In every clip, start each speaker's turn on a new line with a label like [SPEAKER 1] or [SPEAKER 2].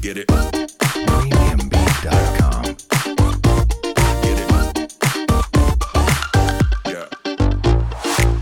[SPEAKER 1] Get it. Premiumbeat.com. Get it. Yeah.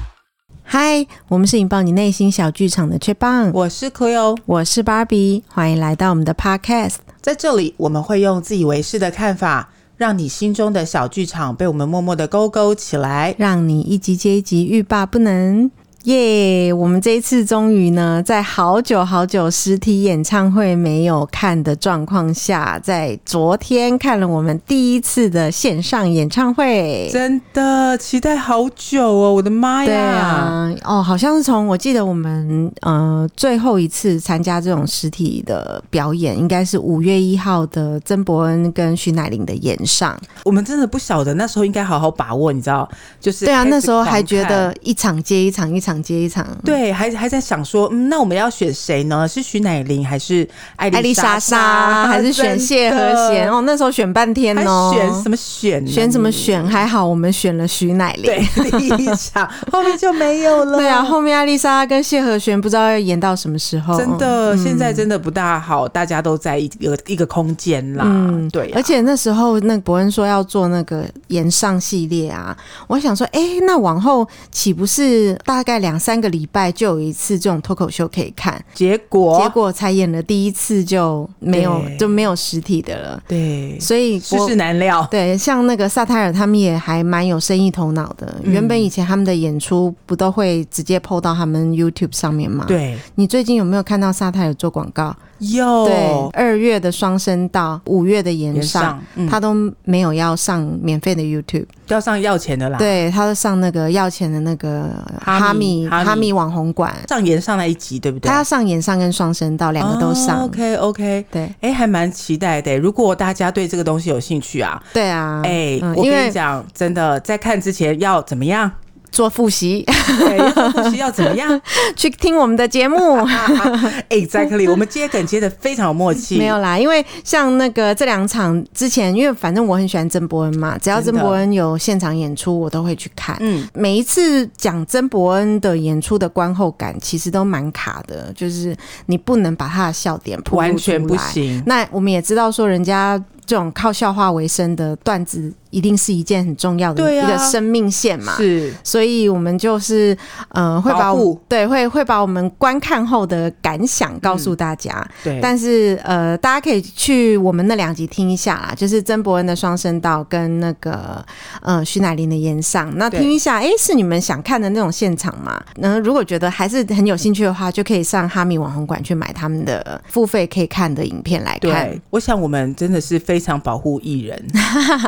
[SPEAKER 2] 嗨，我们是引爆你内心小剧场的雀棒，
[SPEAKER 3] 我是 Cleo，
[SPEAKER 2] 我是芭比，欢迎来到我们的 Podcast。
[SPEAKER 3] 在这里我们会用自以为是的看法，让你心中的小剧场被我们默默的勾勾起来。
[SPEAKER 2] 让你一集接一集欲罢不能。耶、我们这一次终于呢，在好久好久实体演唱会没有看的状况下，在昨天看了我们第一次的线上演唱会。
[SPEAKER 3] 真的期待好久哦，我的妈呀！
[SPEAKER 2] 对啊，哦，好像是从我记得我们呃最后一次参加这种实体的表演，应该是五月一号的曾伯恩跟徐乃麟的演上。
[SPEAKER 3] 我们真的不晓得那时候应该好好把握，你知道？就是
[SPEAKER 2] 对啊，
[SPEAKER 3] 开始
[SPEAKER 2] 那时候还觉
[SPEAKER 3] 狂看
[SPEAKER 2] 得一场接一场，一场接一场。
[SPEAKER 3] 对，还还在想说，嗯，那我们要选谁呢？是徐乃麟还是艾
[SPEAKER 2] 艾丽莎
[SPEAKER 3] 莎
[SPEAKER 2] 莎还是选谢和弦？
[SPEAKER 3] 哦，
[SPEAKER 2] 哦，那时候选半天
[SPEAKER 3] 还
[SPEAKER 2] 哦，
[SPEAKER 3] 选什么选呢？
[SPEAKER 2] 选什么
[SPEAKER 3] 你？
[SPEAKER 2] 选？还好我们选了徐乃麟。
[SPEAKER 3] 对， 第一场后面就没有了。
[SPEAKER 2] 对啊，后面艾丽莎跟谢和弦不知道要演到什么时候，
[SPEAKER 3] 真的，
[SPEAKER 2] 嗯
[SPEAKER 3] 现在真的不大好，大家都在一个一个空间啦。
[SPEAKER 2] 嗯
[SPEAKER 3] 对啊、
[SPEAKER 2] 而且那时候那伯恩说要做那个延上系列啊，我想说，哎、那往后岂不是大概两三个礼拜就有一次这种脱口秀可以看？
[SPEAKER 3] 结果，
[SPEAKER 2] 结果才演了第一次就没有
[SPEAKER 3] 对
[SPEAKER 2] 就没有实体的了，
[SPEAKER 3] 对，
[SPEAKER 2] 所以
[SPEAKER 3] 世
[SPEAKER 2] 我
[SPEAKER 3] 事难料。
[SPEAKER 2] 对，像那个萨泰尔他们也还蛮有生意头脑的。
[SPEAKER 3] 嗯
[SPEAKER 2] 原本以前他们的演出不都会直接 PO 到他们 YouTube 上面吗？，
[SPEAKER 3] 对，
[SPEAKER 2] 你最近有没有看到萨泰尔做广告？对
[SPEAKER 3] 又，
[SPEAKER 2] 二月的双声道，五月的演
[SPEAKER 3] 哦延
[SPEAKER 2] 上，
[SPEAKER 3] 上，嗯，
[SPEAKER 2] 他都没有要上免费的 YouTube，、
[SPEAKER 3] 要上要钱的啦。，
[SPEAKER 2] 对，他都上那个要钱的那个
[SPEAKER 3] 啊哈密
[SPEAKER 2] 哈
[SPEAKER 3] 哈密
[SPEAKER 2] 密网红馆，
[SPEAKER 3] 上延上来一集，对不哦对？
[SPEAKER 2] 他要上演上跟双声道两个都上，
[SPEAKER 3] OK OK，
[SPEAKER 2] 对
[SPEAKER 3] 哎，还蛮期待的。如果大家对这个东西有兴趣啊，
[SPEAKER 2] 对啊，
[SPEAKER 3] 哎、
[SPEAKER 2] 嗯
[SPEAKER 3] 我
[SPEAKER 2] 因
[SPEAKER 3] 跟
[SPEAKER 2] 为
[SPEAKER 3] 你讲，真的，在看之前要怎么样？
[SPEAKER 2] 做复习
[SPEAKER 3] 对，要复习要怎么样啊
[SPEAKER 2] 去听我们的节目。
[SPEAKER 3] ？Exactly，我们接梗接的非常有默契。
[SPEAKER 2] 没有啦，因为像那个这两场之前，因为反正我很喜欢曾伯恩嘛，只要
[SPEAKER 3] 真
[SPEAKER 2] 曾
[SPEAKER 3] 的
[SPEAKER 2] 伯恩有现场演出，我都会去看。
[SPEAKER 3] 嗯，
[SPEAKER 2] 每一次讲曾伯恩的演出的观后感，其实都蛮卡的，就是你不能把他的笑点铺露
[SPEAKER 3] 完全
[SPEAKER 2] 出
[SPEAKER 3] 不
[SPEAKER 2] 来
[SPEAKER 3] 行。
[SPEAKER 2] 那我们也知道说，人家这种靠笑话为生的段子，一定是一件很重要的
[SPEAKER 3] 对
[SPEAKER 2] 一
[SPEAKER 3] 啊
[SPEAKER 2] 个生命线嘛。
[SPEAKER 3] 是，
[SPEAKER 2] 所以我们就是呃，会把
[SPEAKER 3] 保
[SPEAKER 2] 我
[SPEAKER 3] 护
[SPEAKER 2] 对会会把我们观看后的感想告
[SPEAKER 3] 嗯
[SPEAKER 2] 诉大家。
[SPEAKER 3] 对，
[SPEAKER 2] 但是呃，大家可以去我们那两集听一下啦，就是曾伯恩的双声道跟那个呃徐乃麟的演上，那
[SPEAKER 3] 对
[SPEAKER 2] 听一下，诶，是你们想看的那种现场嘛？然后如果觉得还是很有兴趣的话，就可以上哈密网红馆去买他们的付费可以看的影片来看
[SPEAKER 3] 对。，我想我们真的是非常保护艺 人，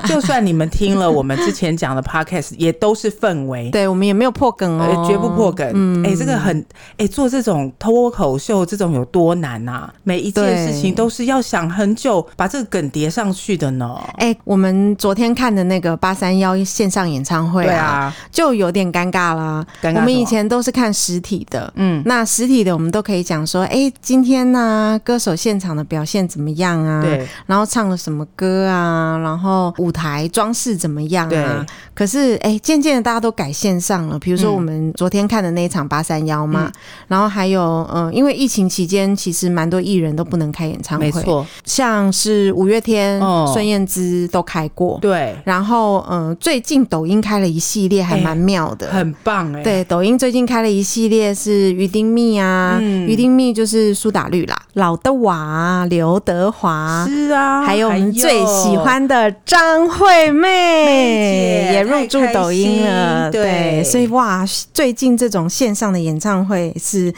[SPEAKER 3] 就算你们听了我们之前讲的 podcast，也都是氛围。
[SPEAKER 2] 对，我们也没有破梗哦，嗯
[SPEAKER 3] 呃，绝不破梗。哎、这个很哎、做这种脱口秀这种有多难啊！每一件
[SPEAKER 2] 对
[SPEAKER 3] 事情都是要想很久，把这个梗叠上去的呢。
[SPEAKER 2] 哎、我们昨天看的那个八三幺线上演唱会
[SPEAKER 3] 对啊，
[SPEAKER 2] 就有点尴尬啦。
[SPEAKER 3] 尴尬
[SPEAKER 2] 我们以
[SPEAKER 3] 什么
[SPEAKER 2] 前都是看实体的，
[SPEAKER 3] 嗯，
[SPEAKER 2] 那实体的我们都可以讲说，哎、今天呢、歌手现场的表现怎么样啊？，
[SPEAKER 3] 对
[SPEAKER 2] 然后唱了什么歌啊？然后舞台装饰怎么样
[SPEAKER 3] 对嗯
[SPEAKER 2] 啊？可是，哎、渐渐的大家都改线上了。比如说我们昨天看的那一场八三幺嘛，然后还有，嗯、因为疫情期间，其实蛮多艺人都不能开演唱会，
[SPEAKER 3] 没，错，
[SPEAKER 2] 像是五月天、
[SPEAKER 3] 哦
[SPEAKER 2] 孙燕姿都开过。
[SPEAKER 3] 对，
[SPEAKER 2] 然后，嗯、最近抖音开了一系列，还
[SPEAKER 3] 哎
[SPEAKER 2] 蛮妙的，
[SPEAKER 3] 很棒哎、
[SPEAKER 2] 对，抖音最近开了一系列是鱼丁蜜啊，
[SPEAKER 3] 嗯
[SPEAKER 2] 鱼丁蜜就是苏打绿啦，老的瓦啊、刘德华，
[SPEAKER 3] 是啊，
[SPEAKER 2] 还有我们最喜
[SPEAKER 3] 还有
[SPEAKER 2] 欢的啊张惠妹
[SPEAKER 3] 妹姐
[SPEAKER 2] 也入驻抖音了。
[SPEAKER 3] 太开心对
[SPEAKER 2] 所以哇，最近这种线上的演唱会是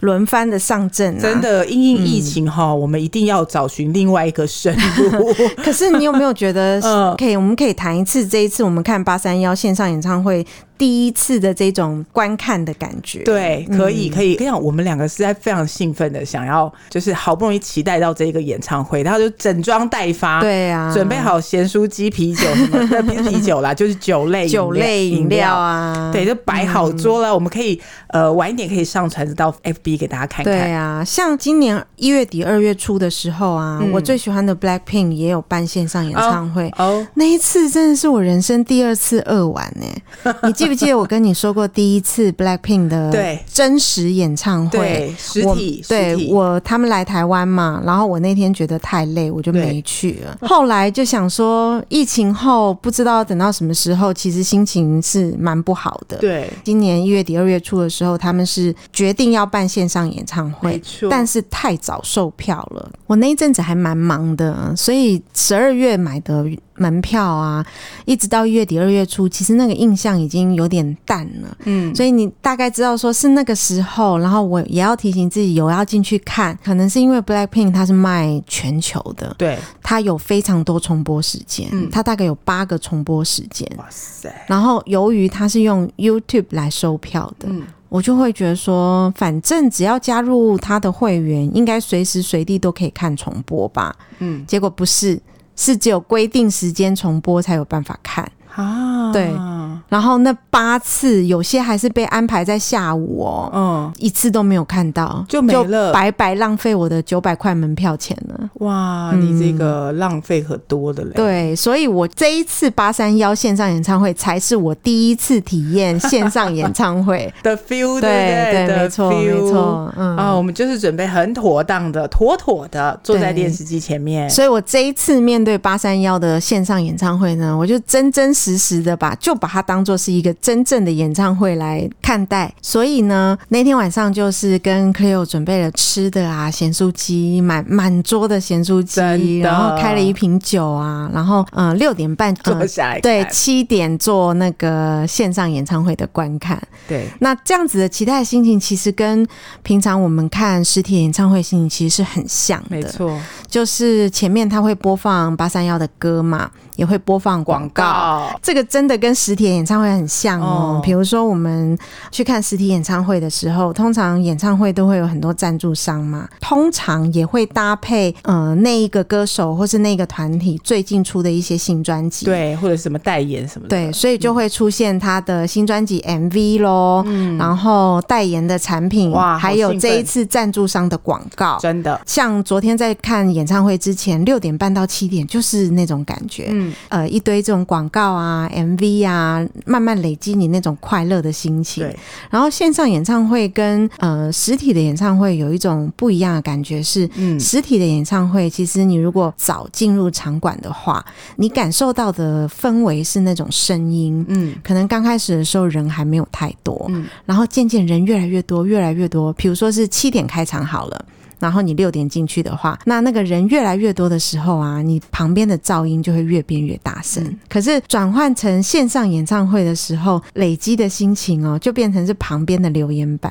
[SPEAKER 2] 轮番的上阵、啊，
[SPEAKER 3] 真。的因应疫情哈、我们一定要找寻另外一个生 路。
[SPEAKER 2] 可是你有没有觉得
[SPEAKER 3] 嗯
[SPEAKER 2] 可以？我们可以谈一次这一次我们看八三幺线上演唱会第一次的这种观看的感觉。
[SPEAKER 3] 对，
[SPEAKER 2] 嗯
[SPEAKER 3] 可以，可以。跟你讲，我们两个是在非常兴奋的，想要就是好不容易期待到这个演唱会，然后就整装待发，、
[SPEAKER 2] 对啊，
[SPEAKER 3] 准备好咸酥鸡、啤酒什么的，不 是啤酒啦，就是酒类饮料
[SPEAKER 2] 酒类饮料。啊，
[SPEAKER 3] 对，就摆好桌了。我们可以呃晚一点可以上传到 FB 给大家看
[SPEAKER 2] 对
[SPEAKER 3] 看。
[SPEAKER 2] 啊，像今年一月底二月初的时候啊，
[SPEAKER 3] 嗯
[SPEAKER 2] 我最喜欢的 Blackpink 也有办线上演唱会。
[SPEAKER 3] 哦，
[SPEAKER 2] 那一次真的是我人生第二次二玩呢、你记记不记得我跟你说过第一次 Blackpink 的
[SPEAKER 3] 对
[SPEAKER 2] 真实演唱会
[SPEAKER 3] 对？实
[SPEAKER 2] 我
[SPEAKER 3] 体实
[SPEAKER 2] 对
[SPEAKER 3] 体
[SPEAKER 2] 我他们来台湾嘛，然后我那天觉得太累，我就没
[SPEAKER 3] 对
[SPEAKER 2] 去了。后来就想说，疫情后不知道等到什么时候，其实心情是蛮不好的。
[SPEAKER 3] 对，
[SPEAKER 2] 今年一月底、二月初的时候，他们是决定要办线上演唱
[SPEAKER 3] 没
[SPEAKER 2] 会，
[SPEAKER 3] 错，
[SPEAKER 2] 但是太早售票了。我那一阵子还蛮忙的，所以十二月买的门票啊，一直到一月底、二月初，其实那个印象已经有点淡了。
[SPEAKER 3] 嗯，
[SPEAKER 2] 所以你大概知道说是那个时候，然后我也要提醒自己有要进去看，可能是因为 Blackpink 它是卖全球的，
[SPEAKER 3] 对，
[SPEAKER 2] 它有非常多重播时间，
[SPEAKER 3] 嗯
[SPEAKER 2] 它大概有八个重播时间，
[SPEAKER 3] 哇塞，
[SPEAKER 2] 然后由于它是用 YouTube 来收票的，
[SPEAKER 3] 嗯
[SPEAKER 2] 我就会觉得说，反正只要加入它的会员，应该随时随地都可以看重播吧。
[SPEAKER 3] 嗯
[SPEAKER 2] 结果不是，是只有规定时间重播才有办法看。
[SPEAKER 3] 啊，
[SPEAKER 2] 对
[SPEAKER 3] 嗯
[SPEAKER 2] 然后那八次，有些还是被安排在下午哦，一次都没有看到，
[SPEAKER 3] 嗯就没了
[SPEAKER 2] 白白浪费我的九百块门票钱了。
[SPEAKER 3] 哇，你这个浪费可多的嘞，，
[SPEAKER 2] 嗯对，所以我这一次八三幺线上演唱会才是我第一次体验线上演唱会。
[SPEAKER 3] 的 feel
[SPEAKER 2] 对
[SPEAKER 3] 对
[SPEAKER 2] 对，
[SPEAKER 3] 不 The
[SPEAKER 2] 没错
[SPEAKER 3] feel
[SPEAKER 2] 没错，嗯。
[SPEAKER 3] 啊，我们就是准备很妥当的、妥妥的坐在
[SPEAKER 2] 对
[SPEAKER 3] 电视机前面，
[SPEAKER 2] 所以我这一次面对八三幺的线上演唱会呢，我就真真实实的把就把它当做是一个真正的演唱会来看待。所以呢，那天晚上就是跟 Cleo 准备了吃的啊，咸酥鸡，满满桌的咸酥鸡，
[SPEAKER 3] 真的
[SPEAKER 2] 然后开了一瓶酒啊，然后嗯六点半、呃
[SPEAKER 3] 坐下来看
[SPEAKER 2] 对七点做那个线上演唱会的观看。
[SPEAKER 3] 对
[SPEAKER 2] 那这样子的期待心情，其实跟平常我们看实体演唱会心情其实是很像的，
[SPEAKER 3] 没错，
[SPEAKER 2] 就是前面他会播放八三幺的歌嘛，也会播放广
[SPEAKER 3] 广
[SPEAKER 2] 告。
[SPEAKER 3] 告，
[SPEAKER 2] 这个真的跟实体演唱会很像哦。
[SPEAKER 3] 哦
[SPEAKER 2] 比如说，我们去看实体演唱会的时候，通常演唱会都会有很多赞助商嘛，通常也会搭配呃那一个歌手或是那个团体最近出的一些新专辑。
[SPEAKER 3] 对，或者什么代言什么的，
[SPEAKER 2] 对，所以就会出现他的新专辑 MV 咯，然后代言的产品，
[SPEAKER 3] 嗯哇
[SPEAKER 2] 还
[SPEAKER 3] 好
[SPEAKER 2] 有
[SPEAKER 3] 兴
[SPEAKER 2] 这一
[SPEAKER 3] 奋
[SPEAKER 2] 次赞助商的广告，
[SPEAKER 3] 真的，
[SPEAKER 2] 像昨天在看演唱会之前，六点半到七点就是那种感觉，
[SPEAKER 3] 嗯，
[SPEAKER 2] 呃，一堆这种广告啊、MV 啊，慢慢累积你那种快乐的心情。
[SPEAKER 3] 对，
[SPEAKER 2] 然后线上演唱会跟呃实体的演唱会有一种不一样的感觉是。
[SPEAKER 3] 嗯，
[SPEAKER 2] 实体的演唱会，其实你如果早进入场馆的话，你感受到的氛围是那种声音，
[SPEAKER 3] 嗯，
[SPEAKER 2] 可能刚开始的时候人还没有太多，
[SPEAKER 3] 嗯
[SPEAKER 2] 然后渐渐人越来越多，越来越多。比如说是七点开场好了。然后你六点进去的话，那那个人越来越多的时候啊，你旁边的噪音就会越变越大声。
[SPEAKER 3] 嗯
[SPEAKER 2] 可是转换成线上演唱会的时候，累积的心情哦，就变成是旁边的留言板。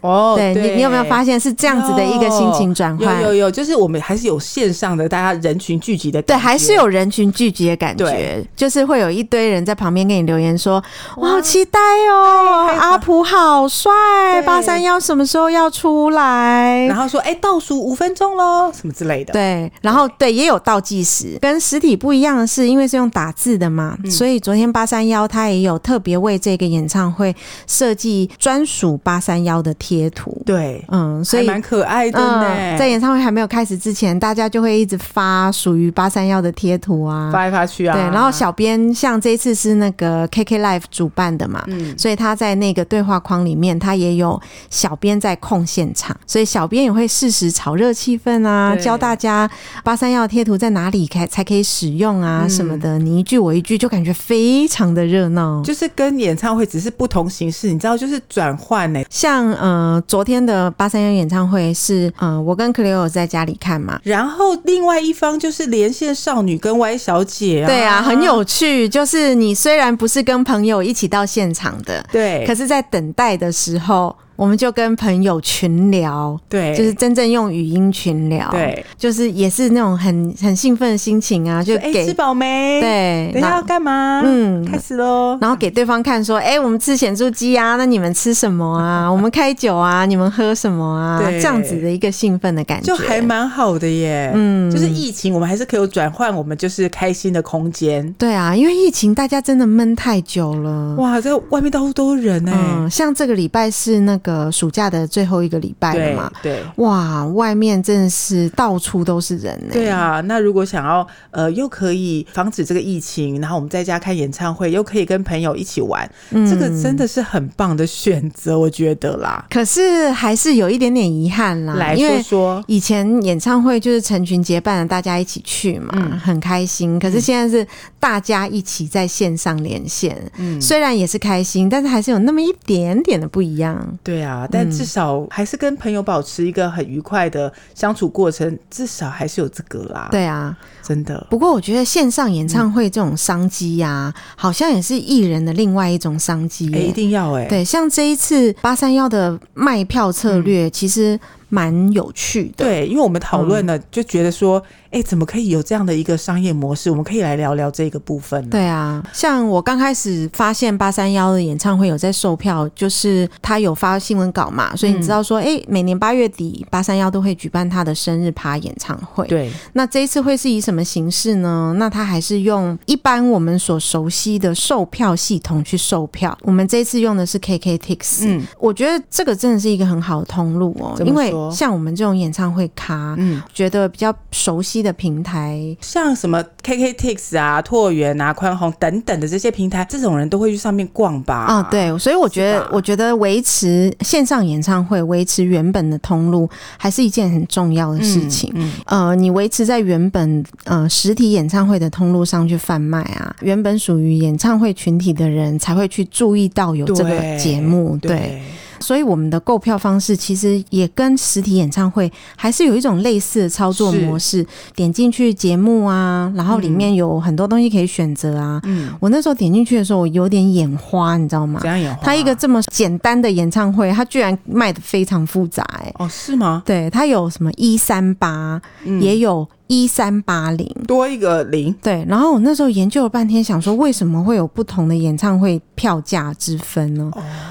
[SPEAKER 3] 哦，
[SPEAKER 2] 对你，你有没有发现是这样子的一个心情转换？
[SPEAKER 3] 有有有，就是我们还是有线上的，大家人群聚集的
[SPEAKER 2] 对，
[SPEAKER 3] 感觉，
[SPEAKER 2] 还是有人群聚集的感觉
[SPEAKER 3] 对，
[SPEAKER 2] 就是会有一堆人在旁边给你留言说：“我好期待哦，阿普好帅，
[SPEAKER 3] 对
[SPEAKER 2] 八三幺什么时候要出来
[SPEAKER 3] 然？”后说，哎，倒数五分钟喽，什么之类的，
[SPEAKER 2] 对，然后对也有倒计时，跟实体不一样的是，因为是用打字的嘛，
[SPEAKER 3] 嗯
[SPEAKER 2] 所以昨天八三幺它也有特别为这个演唱会设计专属八三幺的贴图，
[SPEAKER 3] 对，
[SPEAKER 2] 嗯，所
[SPEAKER 3] 还
[SPEAKER 2] 以
[SPEAKER 3] 蛮可爱的欸
[SPEAKER 2] 嗯，
[SPEAKER 3] 呢，
[SPEAKER 2] 在演唱会还没有开始之前，大家就会一直发属于八三幺的贴图啊，
[SPEAKER 3] 发来发去啊，
[SPEAKER 2] 对，然后小编像这一次是那个 KK Life 主办的嘛，
[SPEAKER 3] 嗯
[SPEAKER 2] 所以他在那个对话框里面，他也有小编在控现场，所以小编也会适时炒热气氛啊，
[SPEAKER 3] 对
[SPEAKER 2] 教大家八三幺贴图在哪里才才可以使用啊
[SPEAKER 3] 嗯
[SPEAKER 2] 什么的，你一句我一句，就感觉非常的热闹。
[SPEAKER 3] 就是跟演唱会只是不同形式，你知道，就是转换呢。
[SPEAKER 2] 像呃，昨天的八三幺演唱会是呃，我跟 Cleo 在家里看嘛，
[SPEAKER 3] 然后另外一方就是连线少女跟 Y 小姐、啊，
[SPEAKER 2] 对啊，很有趣。就是你虽然不是跟朋友一起到现场的，
[SPEAKER 3] 对，
[SPEAKER 2] 可是，在等待的时候，我们就跟朋友群聊，
[SPEAKER 3] 对，
[SPEAKER 2] 就是真正用语音群聊，，
[SPEAKER 3] 哎对，
[SPEAKER 2] 就是也是那种很很兴奋的心情啊，就
[SPEAKER 3] 哎、
[SPEAKER 2] 给
[SPEAKER 3] 吃饱没？，
[SPEAKER 2] 对，
[SPEAKER 3] 等一下要
[SPEAKER 2] 然
[SPEAKER 3] 干嘛？
[SPEAKER 2] 嗯
[SPEAKER 3] 开始喽。
[SPEAKER 2] 然后给对方看说，哎、我们吃咸猪鸡啊，那你们吃什么 啊？我们开酒啊，你们喝什么啊？
[SPEAKER 3] 对
[SPEAKER 2] 这样子的一个兴奋的感觉，
[SPEAKER 3] 就还蛮好的耶，嗯，就是疫情，我们还是可以有转换，我们就是开心的空间。
[SPEAKER 2] 对啊，因为疫情大家真的闷太久了。嗯
[SPEAKER 3] 哇，这外面到处都是人哎、
[SPEAKER 2] 嗯，像这个礼拜是那个暑假的最后一个礼拜了
[SPEAKER 3] 对
[SPEAKER 2] 嘛。
[SPEAKER 3] 对。
[SPEAKER 2] 哇，外面真的是到处都是人欸呢、
[SPEAKER 3] 对啊，那如果想要呃，又可以防止这个疫情，然后我们在家开演唱会，又可以跟朋友一起玩，
[SPEAKER 2] 嗯
[SPEAKER 3] 这个真的是很棒的选择，我觉得啦。
[SPEAKER 2] 可是还是有一点点遗憾啦，
[SPEAKER 3] 来
[SPEAKER 2] 因为
[SPEAKER 3] 说说，
[SPEAKER 2] 以前演唱会就是成群结伴的大家一起去嘛，
[SPEAKER 3] 嗯
[SPEAKER 2] 很开心。可是现在是大家一起在线上连线，
[SPEAKER 3] 嗯
[SPEAKER 2] 虽然也是开心，但是还是有那么一点点的不一样。
[SPEAKER 3] 对啊，
[SPEAKER 2] 嗯
[SPEAKER 3] 但至少还是跟朋友保持一个很愉快的相处过程，至少还是有这个啦。，
[SPEAKER 2] 对啊，
[SPEAKER 3] 真的，
[SPEAKER 2] 不过我觉得线上演唱会这种商机呀、好像也是艺人的另外一种商机、
[SPEAKER 3] 哎、
[SPEAKER 2] 耶
[SPEAKER 3] 一定要哎、
[SPEAKER 2] 对，像这一次八三幺的卖票策
[SPEAKER 3] 嗯
[SPEAKER 2] 略，其实蛮有趣的。
[SPEAKER 3] 对，因为我们讨
[SPEAKER 2] 嗯
[SPEAKER 3] 论了，就觉得说，哎、怎么可以有这样的一个商业模式？我们可以来聊聊这个部分呢。
[SPEAKER 2] 对啊，像我刚开始发现八三幺的演唱会有在售票，就是他有发新闻稿
[SPEAKER 3] 嗯
[SPEAKER 2] 嘛，所以你知道说，诶，每年八月底八三幺都会举办他的生日趴演唱会。，
[SPEAKER 3] 对，
[SPEAKER 2] 那这一次会是以什么形式呢？那他还是用一般我们所熟悉的售票系统去售票，我们这一次用的是 KKTix。
[SPEAKER 3] 嗯
[SPEAKER 2] 我觉得这个真的是一个很好的通路哦，
[SPEAKER 3] 怎么
[SPEAKER 2] 因为
[SPEAKER 3] 说
[SPEAKER 2] 像我们这种演唱会咖，
[SPEAKER 3] 嗯，
[SPEAKER 2] 觉得比较熟悉的平台，
[SPEAKER 3] 像什么 KKTix 啊、拓元啊、宽宏等等的这些平台，这种人都会去上面逛吧？
[SPEAKER 2] 啊、，对，所以我觉
[SPEAKER 3] 是
[SPEAKER 2] 得
[SPEAKER 3] 吧，
[SPEAKER 2] 我觉得维持线上演唱会、维持原本的通路，还是一件很重要的事情。
[SPEAKER 3] 嗯，
[SPEAKER 2] 呃，你维持在原本呃实体演唱会的通路上去贩卖啊，原本属于演唱会群体的人才会去注意到有这个
[SPEAKER 3] 对
[SPEAKER 2] 节目，对，
[SPEAKER 3] 对，
[SPEAKER 2] 所以我们的购票方式其实也跟实体演唱会还是有一种类似的操作
[SPEAKER 3] 是
[SPEAKER 2] 模式，点进去节目啊，然后里面有很多东西可以选择啊。
[SPEAKER 3] 嗯，
[SPEAKER 2] 我那时候点进去的时候，我有点眼花，你知道吗
[SPEAKER 3] 怎？样演化？
[SPEAKER 2] 它啊一个这么简单的演唱会，它居然卖的非常复杂、欸，
[SPEAKER 3] 哦，是吗？
[SPEAKER 2] 对，它有什么一三八，也有一三八零。
[SPEAKER 3] 多一个零，
[SPEAKER 2] 对，然后我那时候研究了半天，想说为什么会有不同的演唱会票价之分呢？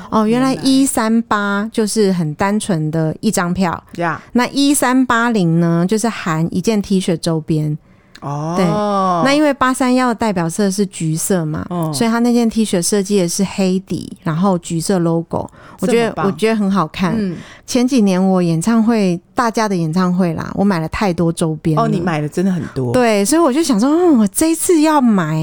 [SPEAKER 2] 哦，原来一三八就是很单纯的一张票，
[SPEAKER 3] 呀，
[SPEAKER 2] 那一三八零呢就是含一件 T 恤周边。
[SPEAKER 3] 哦，
[SPEAKER 2] 那因为八三幺的代表色是橘色嘛，
[SPEAKER 3] 哦
[SPEAKER 2] 所以它那件 T 恤设计的是黑底，然后橘色 logo，我觉
[SPEAKER 3] 这么
[SPEAKER 2] 得
[SPEAKER 3] 棒
[SPEAKER 2] 我觉得很好看。
[SPEAKER 3] 嗯，
[SPEAKER 2] 前几年我演唱会大家的演唱会啦，我买了太多周边了
[SPEAKER 3] 哦，你买的真的很多，
[SPEAKER 2] 对，所以我就想说，嗯，我这一次要买，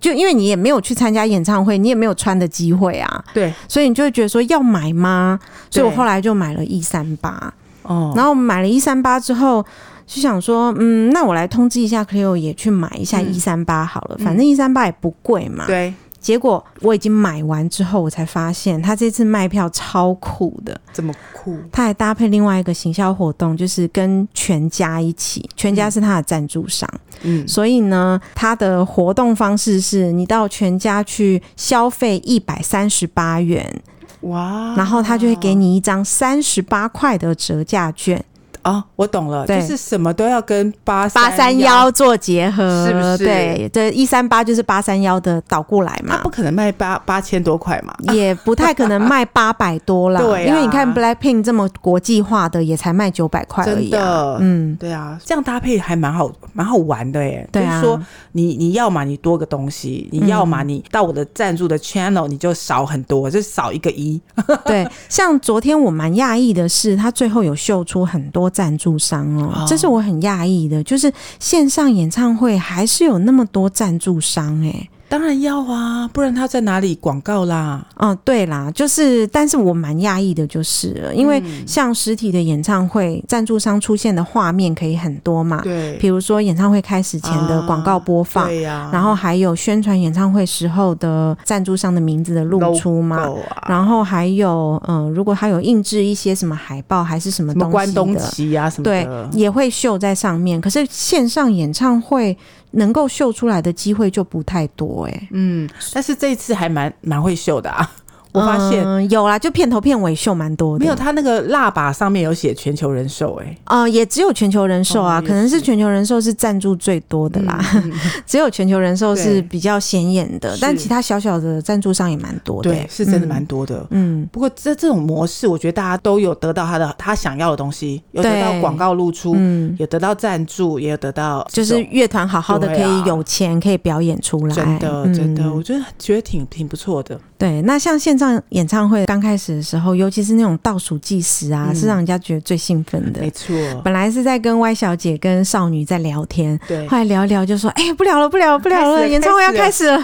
[SPEAKER 2] 就因为你也没有去参加演唱会，你也没有穿的机会啊，
[SPEAKER 3] 对，
[SPEAKER 2] 所以你就会觉得说要买吗？所以我
[SPEAKER 3] 对
[SPEAKER 2] 后来就买了 E 三八，
[SPEAKER 3] 哦，
[SPEAKER 2] 然后买了 E 三八之后。就想说，嗯，那我来通知一下 Cleo 也去买一下
[SPEAKER 3] 嗯
[SPEAKER 2] 一三八好了，反正一三八也不贵嘛。。
[SPEAKER 3] 对，
[SPEAKER 2] 结果我已经买完之后，我才发现他这次卖票超酷的，
[SPEAKER 3] 这么酷，
[SPEAKER 2] 他还搭配另外一个行销活动，就是跟全家一起，全家是他的赞助商。
[SPEAKER 3] 嗯，
[SPEAKER 2] 所以呢，它的活动方式是你到全家去消费一百三十八元，
[SPEAKER 3] 哇，
[SPEAKER 2] 然后他就会给你一张三十八块的折价券，
[SPEAKER 3] 哦，我懂了，就
[SPEAKER 2] 对
[SPEAKER 3] 是什么都要跟八
[SPEAKER 2] 八三幺做结合，
[SPEAKER 3] 是不是
[SPEAKER 2] 对，这一三八就是八三幺的倒过来嘛
[SPEAKER 3] 他。不可能卖八八千多块嘛，
[SPEAKER 2] 也不太可能卖八百多啦，
[SPEAKER 3] 对啊
[SPEAKER 2] 因为你看 Blackpink 这么国际化的，也才卖九百块而
[SPEAKER 3] 真
[SPEAKER 2] 已、啊。
[SPEAKER 3] 的，
[SPEAKER 2] 嗯，
[SPEAKER 3] 对啊，这样搭配还蛮好，蛮好玩的耶。
[SPEAKER 2] 对啊嗯
[SPEAKER 3] 就是说你你要嘛你多个东西，你要嘛你到我的赞助的 channel 你就少很多，就少一个一。
[SPEAKER 2] 对，像昨天我蛮讶异的是，他最后有秀出很多赞助商哦，
[SPEAKER 3] 哦
[SPEAKER 2] 这是我很讶异的，就是线上演唱会还是有那么多赞助商哎、
[SPEAKER 3] 当然要啊，不然他在哪里广告啦？
[SPEAKER 2] 哦，对啦，就是，但是我蛮讶异的，就是了因为
[SPEAKER 3] 嗯
[SPEAKER 2] 像实体的演唱会，赞助商出现的画面可以很多嘛，
[SPEAKER 3] 对
[SPEAKER 2] 啊比如说演唱会开始前的广告播放，
[SPEAKER 3] 啊对呀、
[SPEAKER 2] 然后还有宣传演唱会时候的赞助商的名字的露出嘛，
[SPEAKER 3] logo 啊，
[SPEAKER 2] 然后还有，嗯、如果还有印制一些什么海报还是什么
[SPEAKER 3] 什
[SPEAKER 2] 东西
[SPEAKER 3] 么
[SPEAKER 2] 的，
[SPEAKER 3] 关东旗啊什么
[SPEAKER 2] 对
[SPEAKER 3] 的，，
[SPEAKER 2] 也会秀在上面。可是线上演唱会能够秀出来的机会就不太多、欸，哎，
[SPEAKER 3] 嗯，但是这一次还蛮蛮会秀 的啊，我发现。
[SPEAKER 2] 呃有啦，就片头片尾秀蛮多的，
[SPEAKER 3] 没有，他那个蜡把上面有写全球人寿、欸，
[SPEAKER 2] 呃，也只有全球人寿啊，
[SPEAKER 3] 哦也
[SPEAKER 2] 可能是
[SPEAKER 3] 是嗯
[SPEAKER 2] 全球人寿是赞助最多的啦， 只有全球人寿是比较显眼的，
[SPEAKER 3] 对
[SPEAKER 2] 但其他小小的赞助商也蛮多的、欸
[SPEAKER 3] 对，是真的蛮
[SPEAKER 2] 嗯
[SPEAKER 3] 多的。
[SPEAKER 2] 嗯
[SPEAKER 3] 不过这这种模式，我觉得大家都有得到他的他想要的东西，有得到
[SPEAKER 2] 对
[SPEAKER 3] 广告露出，
[SPEAKER 2] 嗯
[SPEAKER 3] 有得到赞助，也有得到
[SPEAKER 2] 就
[SPEAKER 3] 这
[SPEAKER 2] 是
[SPEAKER 3] 种，
[SPEAKER 2] 乐团好好的可
[SPEAKER 3] 对啊
[SPEAKER 2] 以有钱可以表演出来，
[SPEAKER 3] 真的
[SPEAKER 2] 嗯
[SPEAKER 3] 真的，我觉得觉得挺挺不错的。
[SPEAKER 2] 对，那像线上演唱会刚开始的时候，尤其是那种倒数计时啊，
[SPEAKER 3] 嗯
[SPEAKER 2] 是让人家觉得最兴奋的
[SPEAKER 3] 没。 错，
[SPEAKER 2] 本来是在跟 Y 小姐跟少女在聊天，
[SPEAKER 3] 对
[SPEAKER 2] 后来聊一聊就说：“哎、不聊了，不聊了，不聊
[SPEAKER 3] 开始
[SPEAKER 2] 了，
[SPEAKER 3] 了
[SPEAKER 2] 演唱会要
[SPEAKER 3] 开
[SPEAKER 2] 开始了。”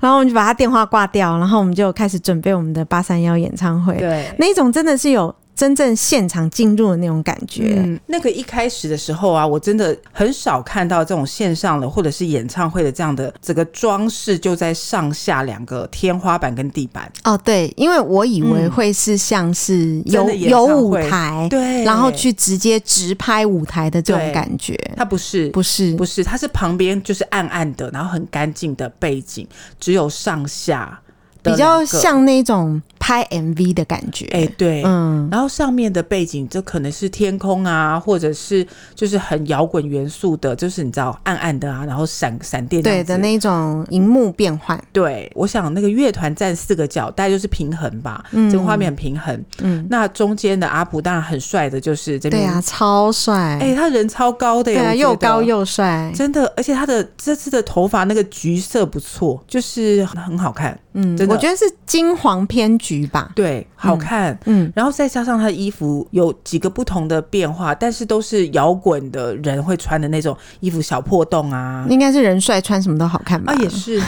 [SPEAKER 2] 然后我们就把她电话挂掉，然后我们就开始准备我们的八三幺演唱会。
[SPEAKER 3] 对。
[SPEAKER 2] 那一种真的是有真正现场进入的那种感觉。
[SPEAKER 3] 嗯，那个一开始的时候啊，我真的很少看到这种线上的或者是演唱会的这样的整个装饰，就在上下两个天花板跟地板。
[SPEAKER 2] 哦，对，因为我以为
[SPEAKER 3] 嗯
[SPEAKER 2] 会是像是有、
[SPEAKER 3] 真的演
[SPEAKER 2] 有
[SPEAKER 3] 唱会
[SPEAKER 2] 舞台，
[SPEAKER 3] 对
[SPEAKER 2] 然后去直接直拍舞台的这种
[SPEAKER 3] 对
[SPEAKER 2] 感觉，
[SPEAKER 3] 它不是，
[SPEAKER 2] 不是
[SPEAKER 3] 不是，它是旁边就是暗暗的，然后很干净的背景，只有上下的
[SPEAKER 2] 比较
[SPEAKER 3] 两个。
[SPEAKER 2] 像那种拍 MV 的感觉。
[SPEAKER 3] 哎、对，
[SPEAKER 2] 嗯，
[SPEAKER 3] 然后上面的背景，这可能是天空啊，或者是就是很摇滚元素的，就是你知道暗暗的啊，然后闪闪电这样
[SPEAKER 2] 对的
[SPEAKER 3] 子
[SPEAKER 2] 那种荧幕变换，
[SPEAKER 3] 对，我想那个乐团占四个角，大概就是平衡吧，整个画面很平衡。
[SPEAKER 2] 嗯，
[SPEAKER 3] 那中间的阿普当然很帅的，就是这
[SPEAKER 2] 对
[SPEAKER 3] 边，
[SPEAKER 2] 啊，超帅，
[SPEAKER 3] 哎、他人超高的耶，
[SPEAKER 2] 对啊，
[SPEAKER 3] 我觉
[SPEAKER 2] 又
[SPEAKER 3] 得
[SPEAKER 2] 高又帅，
[SPEAKER 3] 真的，而且他的这次的头发那个橘色不错，就是很好看，
[SPEAKER 2] 嗯，
[SPEAKER 3] 真的
[SPEAKER 2] 我觉得是金黄偏橘吧，
[SPEAKER 3] 对，好看。
[SPEAKER 2] 嗯，
[SPEAKER 3] 然后再加上他的衣服有几个不同的变化，但是都是摇滚的人会穿的那种衣服，小破洞啊，
[SPEAKER 2] 应该是人帅穿什么都好看吧，
[SPEAKER 3] 啊，也是，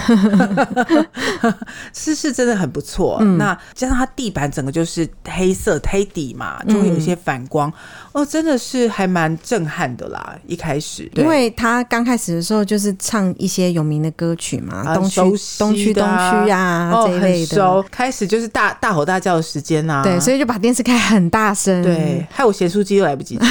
[SPEAKER 3] 是是真的很不错。
[SPEAKER 2] 嗯
[SPEAKER 3] 那加上它地板整个就是黑色黑底嘛，就会有一
[SPEAKER 2] 嗯
[SPEAKER 3] 些反光，哦，真的是还蛮震撼的啦。一开始，对
[SPEAKER 2] 因为他刚开始的时候就是唱一些有名的歌曲嘛，
[SPEAKER 3] 啊
[SPEAKER 2] 东区、
[SPEAKER 3] 熟悉的啊
[SPEAKER 2] 东区、东区啊、
[SPEAKER 3] 哦
[SPEAKER 2] 这一
[SPEAKER 3] 很
[SPEAKER 2] 类的，
[SPEAKER 3] 熟，开始就是大大吼大叫的时间啦、
[SPEAKER 2] 对，所以
[SPEAKER 3] 以。
[SPEAKER 2] 就把电视开很大声，
[SPEAKER 3] 对，害我咸酥鸡都来不及吃。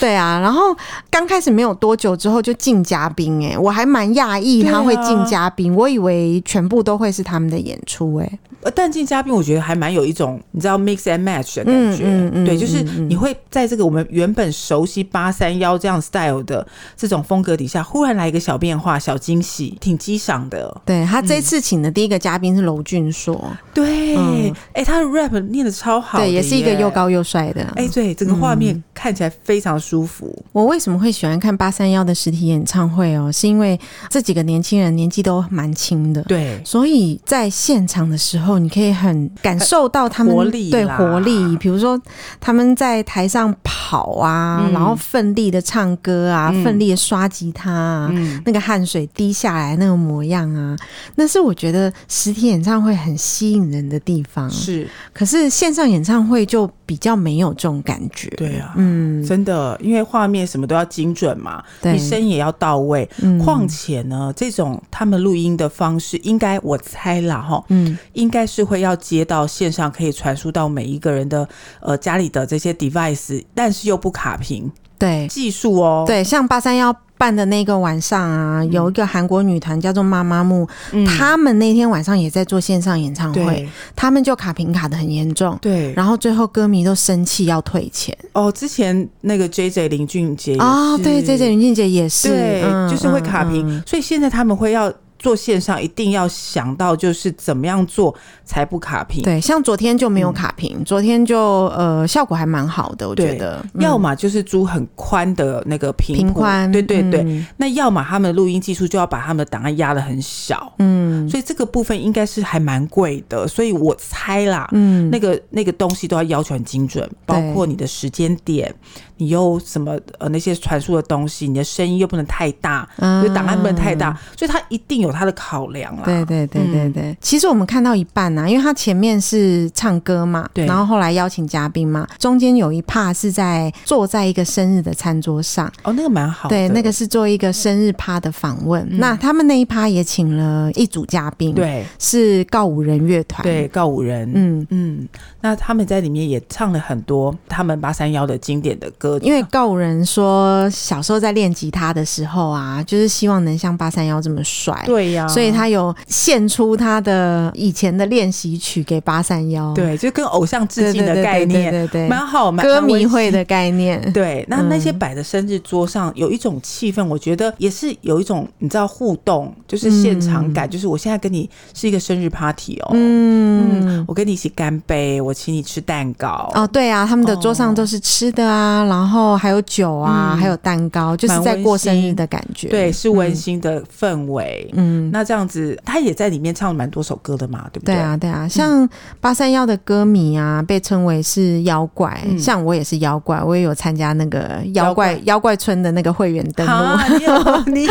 [SPEAKER 2] 对啊。然后刚开始没有多久之后就进嘉宾、哎，我还蛮讶异
[SPEAKER 3] 对啊啊
[SPEAKER 2] 他会进嘉宾，我以为全部都会是他们的演出、哎，
[SPEAKER 3] 呃但进嘉宾，我觉得还蛮有一种你知道 mix and match 的感觉，
[SPEAKER 2] 嗯嗯嗯
[SPEAKER 3] 对，就是
[SPEAKER 2] 嗯嗯
[SPEAKER 3] 你会在这个我们原本熟悉八三幺这样 style 的这种风格底下，忽然来一个小变化、小惊喜，挺激赏的。
[SPEAKER 2] 对他
[SPEAKER 3] 嗯
[SPEAKER 2] 这次请的第一个嘉宾是娄俊硕，
[SPEAKER 3] 对，哎、
[SPEAKER 2] 嗯
[SPEAKER 3] 他的 rap 念的超好的
[SPEAKER 2] 对，
[SPEAKER 3] 耶，
[SPEAKER 2] 也是一个嗯又高又帅的。
[SPEAKER 3] 哎、对，整个画面看起来非常舒服。
[SPEAKER 2] 我为什么会喜欢看八三幺的实体演唱会哦？是因为这几个年轻人年纪都蛮轻的，
[SPEAKER 3] 对，
[SPEAKER 2] 所以在现场的时候，你可以很感受到他们
[SPEAKER 3] 活力
[SPEAKER 2] 对
[SPEAKER 3] 啦
[SPEAKER 2] 活力，比如说他们在台上跑啊，
[SPEAKER 3] 嗯
[SPEAKER 2] 然后奋力的唱歌啊，奋力的刷吉他啊，
[SPEAKER 3] 嗯
[SPEAKER 2] 那个汗水滴下来那个模样啊，那是我觉得实体演唱会很吸引人的地方。
[SPEAKER 3] 是，
[SPEAKER 2] 可是线上演唱会就比较没有这种感觉。
[SPEAKER 3] 对啊，
[SPEAKER 2] 嗯，
[SPEAKER 3] 真的，因为画面什么都要精准嘛，
[SPEAKER 2] 对
[SPEAKER 3] 你声音也要到位。
[SPEAKER 2] 嗯
[SPEAKER 3] 况且呢，这种他们录音的方式，应该我猜啦，哈，
[SPEAKER 2] 嗯，
[SPEAKER 3] 应该是会要接到线上，可以传输到每一个人的呃家里的这些 device，但是又不卡屏
[SPEAKER 2] 对
[SPEAKER 3] 技术哦。，
[SPEAKER 2] 对，像八三幺办的那个晚上啊，有一个韩国女团叫做妈妈木，
[SPEAKER 3] 嗯
[SPEAKER 2] 他们那天晚上也在做线上演唱会，
[SPEAKER 3] 对
[SPEAKER 2] 他们就卡屏卡的很严重，
[SPEAKER 3] 对，
[SPEAKER 2] 然后最后歌迷都生气要退钱
[SPEAKER 3] 哦，之前那个 J J 林俊杰也
[SPEAKER 2] 啊、
[SPEAKER 3] 是
[SPEAKER 2] 对，这这云静姐也是，
[SPEAKER 3] 对，
[SPEAKER 2] 嗯
[SPEAKER 3] 就是会卡屏，
[SPEAKER 2] 嗯嗯
[SPEAKER 3] 所以现在他们会要做线上，一定要想到就是怎么样做才不卡屏。
[SPEAKER 2] 对，像昨天就没有卡屏，昨天就呃效果还蛮好的，我觉
[SPEAKER 3] 嗯对
[SPEAKER 2] 得。
[SPEAKER 3] 要
[SPEAKER 2] 嗯
[SPEAKER 3] 么就是租很宽的那个频
[SPEAKER 2] 平
[SPEAKER 3] 谱
[SPEAKER 2] 宽，
[SPEAKER 3] 对对对。
[SPEAKER 2] 嗯
[SPEAKER 3] 那要么他们的录音技术就要把他们的档案压得很小，
[SPEAKER 2] 嗯
[SPEAKER 3] 所以这个部分应该是还蛮贵的。所以我猜啦，
[SPEAKER 2] 嗯
[SPEAKER 3] 那个那个东西都要要求很精准，包括你的时间点，你又什么呃那些传输的东西，你的声音又不能太大，
[SPEAKER 2] 啊
[SPEAKER 3] 就档案不能太大，所以它一定有它的考量啦。
[SPEAKER 2] 对对对对
[SPEAKER 3] 嗯
[SPEAKER 2] 对，其实我们看到一半啊，因为他前面是唱歌嘛，
[SPEAKER 3] 对
[SPEAKER 2] 然后后来邀请嘉宾嘛，中间有一 part 是在坐在一个生日的餐桌上，
[SPEAKER 3] 哦，那个蛮好的，
[SPEAKER 2] 对，那个是做一个生日趴的访问。那他们那一趴也请了一组嘉宾，，
[SPEAKER 3] 对
[SPEAKER 2] 是告五人乐团，
[SPEAKER 3] 对，告五人，
[SPEAKER 2] 嗯，
[SPEAKER 3] 嗯，那他们在里面也唱了很多他们八三幺的经典的歌，
[SPEAKER 2] 因为告五人说小时候在练吉他的时候啊，就是希望能像八三幺这么帅。
[SPEAKER 3] 对啊呀、
[SPEAKER 2] 所以他有献出他的以前的练习曲给八三幺，
[SPEAKER 3] 对就跟偶像致
[SPEAKER 2] 对，
[SPEAKER 3] 敬的
[SPEAKER 2] 对对
[SPEAKER 3] 概念，
[SPEAKER 2] 对对对
[SPEAKER 3] 蛮好，蛮
[SPEAKER 2] 歌迷会。
[SPEAKER 3] 蛮温馨
[SPEAKER 2] 的概念，
[SPEAKER 3] 对，那
[SPEAKER 2] 嗯
[SPEAKER 3] 那些摆的生日桌上有一种气氛，我觉得也是有一种你知道互动，就是现场感，就是我现在跟你是一个生日 party 哦，
[SPEAKER 2] 嗯。哦
[SPEAKER 3] 我跟你一起干杯，我请你吃蛋糕，
[SPEAKER 2] 哦，对啊，他们的桌上都是吃的啊，然然后还有酒啊，
[SPEAKER 3] 嗯
[SPEAKER 2] 还有蛋糕，就是在过生日的感觉。
[SPEAKER 3] 对，是温馨的氛围。
[SPEAKER 2] 嗯，
[SPEAKER 3] 那这样子，他也在里面唱了蛮多首歌的嘛，对不
[SPEAKER 2] 对
[SPEAKER 3] 对？嗯
[SPEAKER 2] 啊，对啊，像八三幺的歌迷啊，被称为是妖怪，
[SPEAKER 3] 嗯
[SPEAKER 2] 像我也是妖怪，我也有参加那个妖
[SPEAKER 3] 妖
[SPEAKER 2] 怪
[SPEAKER 3] 怪
[SPEAKER 2] 妖怪村的那个会员登录，
[SPEAKER 3] 啊，你有，你有、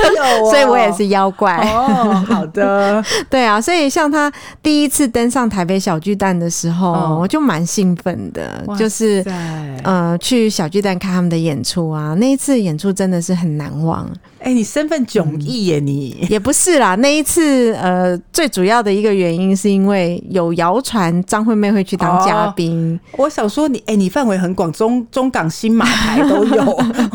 [SPEAKER 3] 哦，
[SPEAKER 2] 所以我也是妖怪。
[SPEAKER 3] 哦，好的，
[SPEAKER 2] 对啊，所以像他第一次登上台北小巨蛋的时候，
[SPEAKER 3] 嗯
[SPEAKER 2] 我就蛮兴奋的，
[SPEAKER 3] 哇
[SPEAKER 2] 就是
[SPEAKER 3] 对，
[SPEAKER 2] 呃去小巨蛋看他们的演出啊。那一次演出真的是很难忘，
[SPEAKER 3] 哎，你身份迥异耶，你
[SPEAKER 2] 也不是啦。那一次呃最主要的一个原因是因为有谣传张惠妹会去当嘉宾，
[SPEAKER 3] 我想说你，哎、你范围很广，中中港新马台都 有。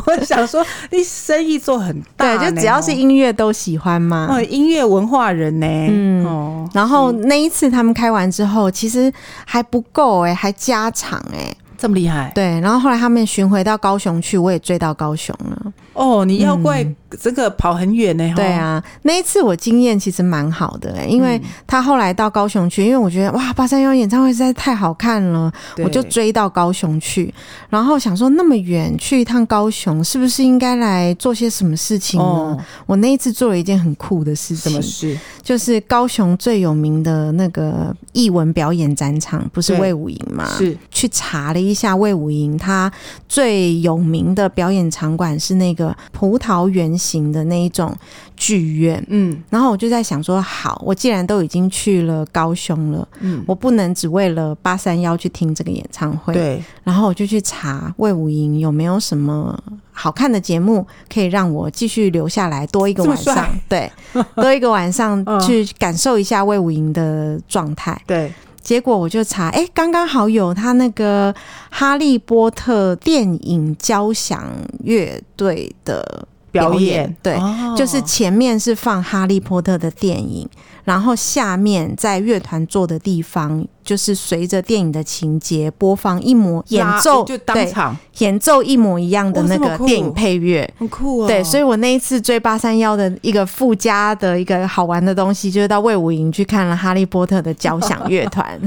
[SPEAKER 3] 我想说，你生意做很大呢，
[SPEAKER 2] 对，啊就只要是
[SPEAKER 3] 音
[SPEAKER 2] 音乐都喜欢嘛。
[SPEAKER 3] 哦音乐文化人呢、
[SPEAKER 2] 嗯
[SPEAKER 3] 哦，
[SPEAKER 2] 然后那一次他们开完之后，其实还不够哎、还加场哎、
[SPEAKER 3] 这么厉害
[SPEAKER 2] 对。然后后来他们巡回到高雄去，我也追到高雄了。
[SPEAKER 3] 哦！你要怪这个跑很远呢、哦
[SPEAKER 2] 对啊，那一次我经验其实蛮好的、欸，因
[SPEAKER 3] 嗯
[SPEAKER 2] 为他后来到高雄去，因为我觉得哇，八三幺演唱会实在太好看了，
[SPEAKER 3] 对，
[SPEAKER 2] 我就追到高雄去，然后想说那么远去一趟高雄，是不是应该来做些什么事情呢？
[SPEAKER 3] 哦，
[SPEAKER 2] 我那一次做了一件很酷的事
[SPEAKER 3] 什么
[SPEAKER 2] 情，
[SPEAKER 3] 事？
[SPEAKER 2] 就是高雄最有名的那个艺文表演展场，不是
[SPEAKER 3] 对
[SPEAKER 2] 魏武营嘛？
[SPEAKER 3] 是
[SPEAKER 2] 去查了一下魏武营，它最有名的表演场馆是那个葡萄圆形的那一种剧院。
[SPEAKER 3] 嗯
[SPEAKER 2] 然后我就在想说，好，我既然都已经去了高雄了，
[SPEAKER 3] 嗯，
[SPEAKER 2] 我不能只为了八三幺去听这个演唱会。，
[SPEAKER 3] 对，
[SPEAKER 2] 然后我就去查魏武营有没有什么好看的节目，可以让我继续留下来多一个
[SPEAKER 3] 这么
[SPEAKER 2] 晚上
[SPEAKER 3] 帅，
[SPEAKER 2] 对，多一个晚上
[SPEAKER 3] 嗯
[SPEAKER 2] 去感受一下魏武营的状态。
[SPEAKER 3] 对，
[SPEAKER 2] 结果我就查，哎、刚刚好有他那个《哈利波特》电影交响乐队的，
[SPEAKER 3] 表
[SPEAKER 2] 表
[SPEAKER 3] 演
[SPEAKER 2] 演对
[SPEAKER 3] 哦
[SPEAKER 2] 就是前面是放《哈利波特》的电影，然后下面在乐团坐的地方，就是随着电影的情节播放一模演
[SPEAKER 3] 拉
[SPEAKER 2] 奏，
[SPEAKER 3] 就当
[SPEAKER 2] 对，
[SPEAKER 3] 场，
[SPEAKER 2] 演奏一模一样的那
[SPEAKER 3] 哇这么
[SPEAKER 2] 个
[SPEAKER 3] 酷
[SPEAKER 2] 电影配乐。
[SPEAKER 3] 很酷哦。
[SPEAKER 2] 对，所以我那一次追八三幺的一个附加的一个好玩的东西，就是到魏武营去看了《哈利波特》的交响乐团。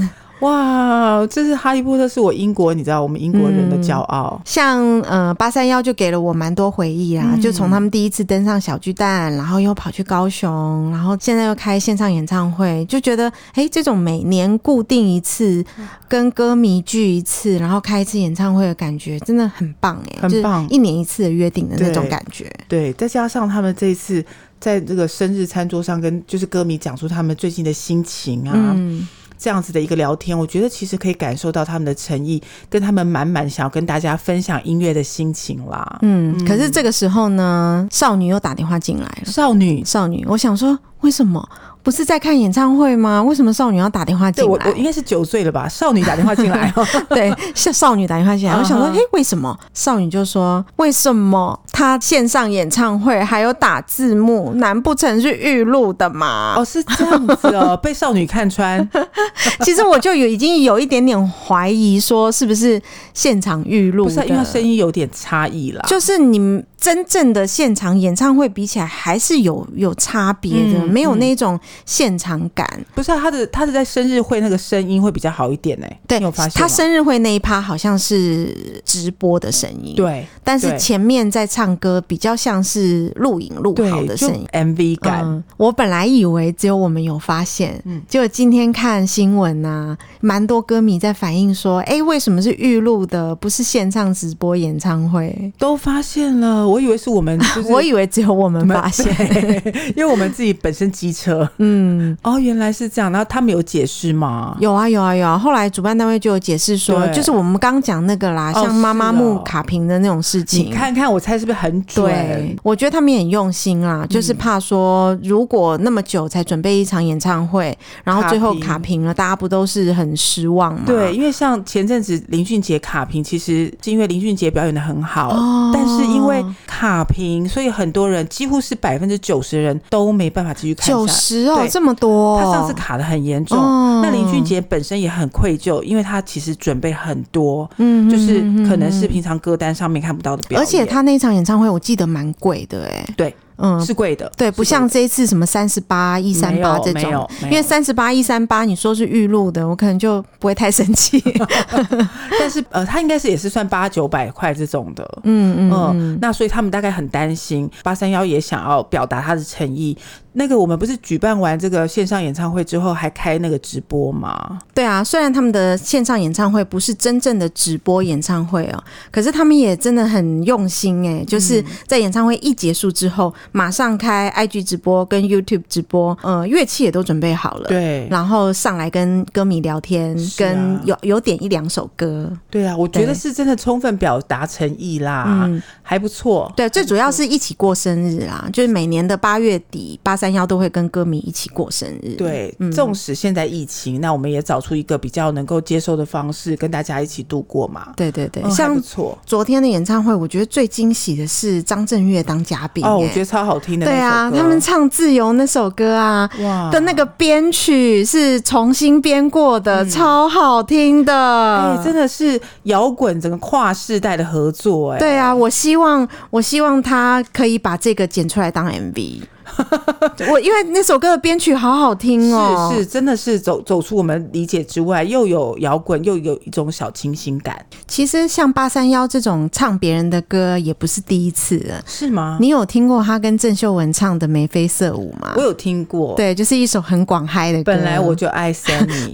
[SPEAKER 3] 哇，这是哈利波特，是我英国，你知道我们英国
[SPEAKER 2] 嗯
[SPEAKER 3] 人的骄傲。
[SPEAKER 2] 像呃八三幺就给了我蛮多回忆啦，
[SPEAKER 3] 嗯
[SPEAKER 2] 就从他们第一次登上小巨蛋，然后又跑去高雄，然后现在又开线上演唱会，就觉得哎、诶这种每年固定一次跟歌迷聚一次，然后开一次演唱会的感觉真的很棒哎、
[SPEAKER 3] 很
[SPEAKER 2] 就是
[SPEAKER 3] 棒
[SPEAKER 2] 一年一次的约定的那种感觉。
[SPEAKER 3] 对，再加上他们这一次在这个生日餐桌上跟就是歌迷讲述他们最近的心情啊，
[SPEAKER 2] 嗯，
[SPEAKER 3] 这样子的一个聊天，我觉得其实可以感受到他们的诚意，跟他们满满想要跟大家分享音乐的心情啦。
[SPEAKER 2] 嗯，可是这个时候呢，少女又打电话进来了。
[SPEAKER 3] 少女，
[SPEAKER 2] 少女，我想说，为什么不是在看演唱会吗？为什么少女要打电话进
[SPEAKER 3] 对我
[SPEAKER 2] 来？
[SPEAKER 3] 我应该是九岁了吧？少女打电话进 来，哦
[SPEAKER 2] 对，像少女打电话进来，我想说，
[SPEAKER 3] 嗯哼
[SPEAKER 2] 诶，为什么？少女就说，为什么她线上演唱会还有打字幕？难不成是预录的吗？
[SPEAKER 3] 哦，是这样子哦， 被少女看穿，
[SPEAKER 2] 其实我就有已经有一点点怀疑，说是不是现场预录
[SPEAKER 3] 不
[SPEAKER 2] 的？
[SPEAKER 3] 是啊因为她声音有点差异啦。
[SPEAKER 2] 就是你们真正的现场演唱会比起来，还是有有差别的，
[SPEAKER 3] 嗯
[SPEAKER 2] 没有那种现场感。
[SPEAKER 3] 不是啊她的，她的在生日会那个声音会比较好一点呢、欸
[SPEAKER 2] 对
[SPEAKER 3] 你有发现
[SPEAKER 2] 她
[SPEAKER 3] 吗
[SPEAKER 2] 生日会那一趴好像是直播的声音，
[SPEAKER 3] 对
[SPEAKER 2] 但是
[SPEAKER 3] 对
[SPEAKER 2] 前面在唱歌比较像是录影录好
[SPEAKER 3] 对，
[SPEAKER 2] 的
[SPEAKER 3] 就
[SPEAKER 2] 声音。
[SPEAKER 3] MV 感。
[SPEAKER 2] 嗯，我本来以为只有我们有发现，
[SPEAKER 3] 嗯
[SPEAKER 2] 结果今天看新闻啊，蛮多歌迷在反映说，哎、为什么是预录的，不是线上直播演唱会？
[SPEAKER 3] 都发现了，我以为是 我们，就是
[SPEAKER 2] 我以为只有我们
[SPEAKER 3] 们
[SPEAKER 2] 发现，
[SPEAKER 3] 对 因为我们自己本身机车
[SPEAKER 2] 嗯，
[SPEAKER 3] 哦，原来是这样。然后他们有解释吗？
[SPEAKER 2] 有啊有啊有啊。后来主办单位就有解释说，
[SPEAKER 3] 对
[SPEAKER 2] 就是我们刚讲那个啦，
[SPEAKER 3] 哦
[SPEAKER 2] 像妈妈
[SPEAKER 3] 是哦
[SPEAKER 2] 木卡屏的那种事情，
[SPEAKER 3] 你看看，我猜是不是很
[SPEAKER 2] 对
[SPEAKER 3] 准？，
[SPEAKER 2] 我觉得他们也很用心
[SPEAKER 3] 嗯
[SPEAKER 2] 啦，就是怕说如果那么久才准备一场演唱会，然后最后
[SPEAKER 3] 卡
[SPEAKER 2] 卡屏了，大家不都是很失望吗？
[SPEAKER 3] 对，因为像前阵子林俊杰卡屏，其实是因为林俊杰表演的很好，
[SPEAKER 2] 哦
[SPEAKER 3] 但是因为卡屏，所以很多人几乎是百分之九十人都没办法继续看
[SPEAKER 2] 九
[SPEAKER 3] 下去。
[SPEAKER 2] 十哦，
[SPEAKER 3] 对
[SPEAKER 2] 这么多哦，
[SPEAKER 3] 他上次卡的很严重，
[SPEAKER 2] 哦
[SPEAKER 3] 那林俊杰本身也很愧疚，因为他其实准备很多，
[SPEAKER 2] 嗯，嗯
[SPEAKER 3] 就是
[SPEAKER 2] 嗯嗯
[SPEAKER 3] 可能是
[SPEAKER 2] 嗯
[SPEAKER 3] 平常歌单上面看不到的表
[SPEAKER 2] 而
[SPEAKER 3] 演，
[SPEAKER 2] 且他那场演唱会我记得蛮贵的哎、
[SPEAKER 3] 对，
[SPEAKER 2] 嗯，
[SPEAKER 3] 是贵的，
[SPEAKER 2] 对，
[SPEAKER 3] 是
[SPEAKER 2] 不
[SPEAKER 3] 贵
[SPEAKER 2] 像
[SPEAKER 3] 的
[SPEAKER 2] 这一次什么三十八、一三八这
[SPEAKER 3] 没有
[SPEAKER 2] 种
[SPEAKER 3] 没有，
[SPEAKER 2] 因
[SPEAKER 3] 没
[SPEAKER 2] 为
[SPEAKER 3] 有
[SPEAKER 2] 三十八、一三八你说是预录的，我可能就不会太生 气。
[SPEAKER 3] 但是呃，它应该是也是算八九百块这种的，
[SPEAKER 2] 嗯嗯
[SPEAKER 3] 嗯，那所以他们大概很担心，八三幺也想要表达他的诚意。那个我们不是举办完这个线上演唱会之后还开那个直播吗？
[SPEAKER 2] 对啊，虽然他们的线上演唱会不是真正的直播演唱会哦，可是他们也真的很用心哎、
[SPEAKER 3] 嗯
[SPEAKER 2] 就是在演唱会一结束之后，马上开 IG 直播跟 YouTube 直播，呃，乐器也都准备好了。
[SPEAKER 3] 对
[SPEAKER 2] 然后上来跟歌迷聊天，
[SPEAKER 3] 是啊
[SPEAKER 2] 跟有有点一两首歌，
[SPEAKER 3] 对啊，我觉
[SPEAKER 2] 对嗯
[SPEAKER 3] 得是真的充分表达诚意啦，还不错。
[SPEAKER 2] 对，最主要是一起过生日啦，就是每年的八月底八三幺都会跟歌迷一起过生日。
[SPEAKER 3] 对，
[SPEAKER 2] 嗯
[SPEAKER 3] 纵使现在疫情，那我们也找出一个比较能够接受的方式，跟大家一起度过嘛。
[SPEAKER 2] 对对对，
[SPEAKER 3] 嗯还
[SPEAKER 2] 像
[SPEAKER 3] 不错
[SPEAKER 2] 昨天的演唱会，我觉得最惊喜的是张震岳当嘉宾、
[SPEAKER 3] 哦，我
[SPEAKER 2] 哎
[SPEAKER 3] 觉得超好听的那
[SPEAKER 2] 对
[SPEAKER 3] 首歌。
[SPEAKER 2] 啊，他们唱《自由》那首歌啊。
[SPEAKER 3] 哇
[SPEAKER 2] 的那个编曲是重新编过的，超好听的
[SPEAKER 3] 嗯哎、，
[SPEAKER 2] 嗯
[SPEAKER 3] 真的是摇滚整个跨世代的合作、哎，
[SPEAKER 2] 对啊，我希望我希望他可以把这个剪出来当 MV。我因为那首歌的编曲好好听哦，
[SPEAKER 3] 是是，真的是走走出我们理解之外，又有摇滚，又有一种小清新感，
[SPEAKER 2] 其实像八三幺这种唱别人的歌也不是第一次了。
[SPEAKER 3] 是吗？
[SPEAKER 2] 你有听过他跟郑秀文唱的《眉飞色舞》吗
[SPEAKER 3] 嗯我？有听过，，
[SPEAKER 2] 对，就是一首很广嗨的歌。
[SPEAKER 3] 本来我就爱 Sammy，，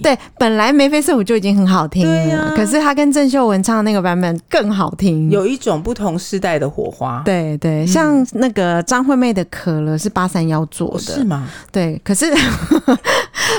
[SPEAKER 2] 对，本来《眉飞色舞》就已经很好听
[SPEAKER 3] 对
[SPEAKER 2] 了，
[SPEAKER 3] 啊
[SPEAKER 2] 可是他跟郑秀文唱的那个版本更好听。
[SPEAKER 3] 有一嗯种不同世代的火花，
[SPEAKER 2] 对对，像那个张惠妹的《可乐》是八三幺做
[SPEAKER 3] 哦，
[SPEAKER 2] 的，
[SPEAKER 3] 是吗？
[SPEAKER 2] 对，可是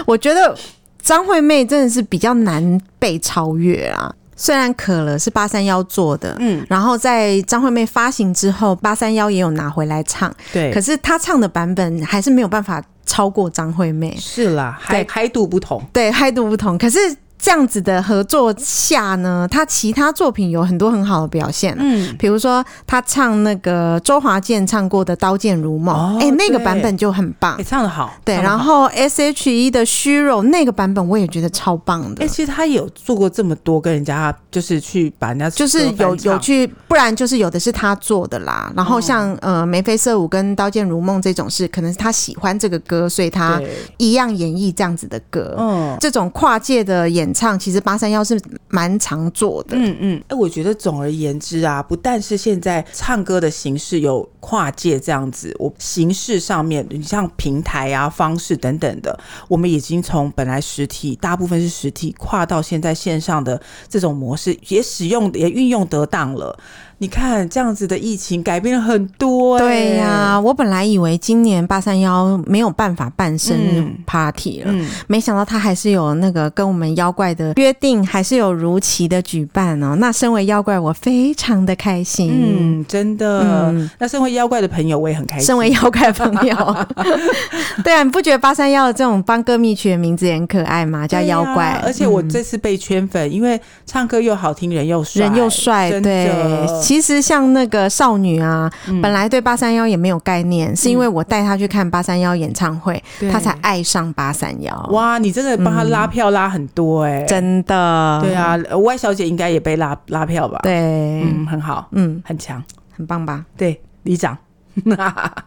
[SPEAKER 2] 我觉得张惠妹真的是比较难被超越啊。虽然可了是八三幺做的，嗯
[SPEAKER 3] 嗯，
[SPEAKER 2] 然后在张惠妹发行之后，八三幺也有拿回来唱，
[SPEAKER 3] 对，
[SPEAKER 2] 可是她唱的版本还是没有办法超过张惠妹，
[SPEAKER 3] 是啦，嗨嗨度不同，
[SPEAKER 2] 对，嗨度不同。可是这样子的合作下呢，她其他作品有很多很好的表现、嗯
[SPEAKER 3] 嗯，
[SPEAKER 2] 比如说她唱那个周华健唱过的《刀剑如梦》
[SPEAKER 3] 哦
[SPEAKER 2] 哎、那个
[SPEAKER 3] 对
[SPEAKER 2] 版本就很棒
[SPEAKER 3] 哎、，唱的好，
[SPEAKER 2] 对，
[SPEAKER 3] 唱得
[SPEAKER 2] 然
[SPEAKER 3] 好。
[SPEAKER 2] 后 S H E 的虚荣那个版本我也觉得超棒的，
[SPEAKER 3] 哎、其实他也有做过这么多，跟人家就是去把人家
[SPEAKER 2] 就是
[SPEAKER 3] 歌翻
[SPEAKER 2] 有有
[SPEAKER 3] 唱哦
[SPEAKER 2] 去，不然就是有的是他做的啦。然后像、呃眉飞色舞跟刀剑如梦这种事，可能是他喜欢这个歌，所以他
[SPEAKER 3] 对
[SPEAKER 2] 一样演绎这样子的歌。
[SPEAKER 3] 嗯，
[SPEAKER 2] 这种跨界的演唱，其实八三幺是蛮常做的。
[SPEAKER 3] 嗯嗯，哎、我觉得总而言之啊，不但是现在唱歌的形式有跨界这样子，我形式上面，你像平台啊、方式等等的，我们已经从本来实体，大部分是实体，跨到现在线上的这种模式，也使用也运用得当了。你看这样子的疫情改变了很多、哎
[SPEAKER 2] 对呀、我本来以为今年八三幺没有办法办生日
[SPEAKER 3] 嗯
[SPEAKER 2] party 了，
[SPEAKER 3] 嗯，
[SPEAKER 2] 没想到他还是有那个跟我们妖怪的约定，还是有如期的举办哦。那身为妖怪，我非常的开心。
[SPEAKER 3] 嗯，真的。
[SPEAKER 2] 嗯
[SPEAKER 3] 那身为妖怪的朋友，我也很开心。
[SPEAKER 2] 身为妖怪的朋友， 对啊，你不觉得八三幺的这种帮歌蜜取的名字也很可爱吗？叫
[SPEAKER 3] 对
[SPEAKER 2] 妖
[SPEAKER 3] 呀
[SPEAKER 2] 怪，
[SPEAKER 3] 而且我
[SPEAKER 2] 嗯
[SPEAKER 3] 这次被圈粉，因为唱歌又好听，人又帅，
[SPEAKER 2] 人又帅，
[SPEAKER 3] 真
[SPEAKER 2] 对
[SPEAKER 3] 的。嗯
[SPEAKER 2] 其实像那个少女啊，本来对八三幺也没有概念，是因为我带她去看八三幺演唱会，
[SPEAKER 3] 对
[SPEAKER 2] 她才爱上八三幺，
[SPEAKER 3] 哇，你真的帮他拉票拉很多哎、
[SPEAKER 2] 哦嗯真的，
[SPEAKER 3] 对，啊，呃歪小姐应该也被拉拉票吧？，
[SPEAKER 2] 对，
[SPEAKER 3] 嗯，很好，
[SPEAKER 2] 嗯，
[SPEAKER 3] 很强，
[SPEAKER 2] 很棒吧？
[SPEAKER 3] 对，里长，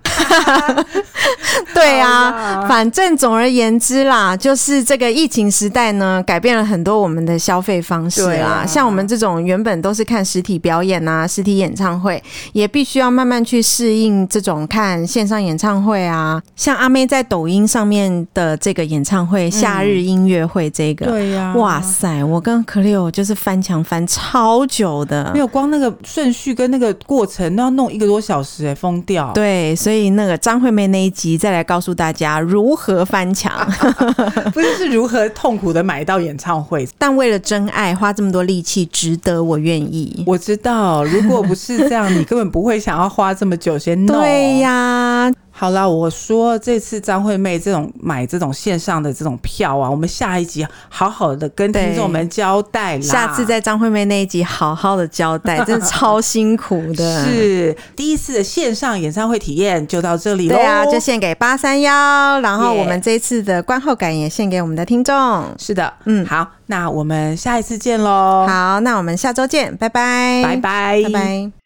[SPEAKER 2] 对啊，反正总而言之啦，就是这个疫情时代呢，改变了很多我们的消费方式
[SPEAKER 3] 对
[SPEAKER 2] 啦。
[SPEAKER 3] 啊
[SPEAKER 2] 像我们这种原本都是看实体表演啊、实体演唱会，也必须要慢慢去适应这种看线上演唱会啊。像阿妹在抖音上面的这个演唱
[SPEAKER 3] 嗯
[SPEAKER 2] 会，夏日音乐会这个。
[SPEAKER 3] 呀、
[SPEAKER 2] 啊哇塞！我跟克里欧就是翻墙翻超久的
[SPEAKER 3] 没，有光那个顺序跟那个过程都要弄一个多小时哎、疯掉。
[SPEAKER 2] 对，所以那个张惠妹那一集再来告诉大家如何翻墙。
[SPEAKER 3] 不是是如何痛苦的买到演唱会。
[SPEAKER 2] 但为了真爱花这么多力气，值得我愿意。
[SPEAKER 3] 我知道，如果不是这样，你根本不会想要花这么久先弄。
[SPEAKER 2] 对呀，
[SPEAKER 3] 好啦，我说这次张惠妹这种买这种线上的这种票啊，我们下一集好好的跟
[SPEAKER 2] 对
[SPEAKER 3] 听众们交代啦。
[SPEAKER 2] 下次在张惠妹那一集好好的交 代，真的超辛苦的。，
[SPEAKER 3] 是第一次的线上演唱会体验就到这里喽。
[SPEAKER 2] 对啊，就献给八三幺，然后
[SPEAKER 3] Yeah
[SPEAKER 2] 我们这一次的观后感也献给我们的听众。
[SPEAKER 3] 是的，
[SPEAKER 2] 嗯
[SPEAKER 3] 嗯，好，那我们下一次见喽，
[SPEAKER 2] 好，那我们下周见，拜拜，
[SPEAKER 3] 拜拜，
[SPEAKER 2] 拜拜。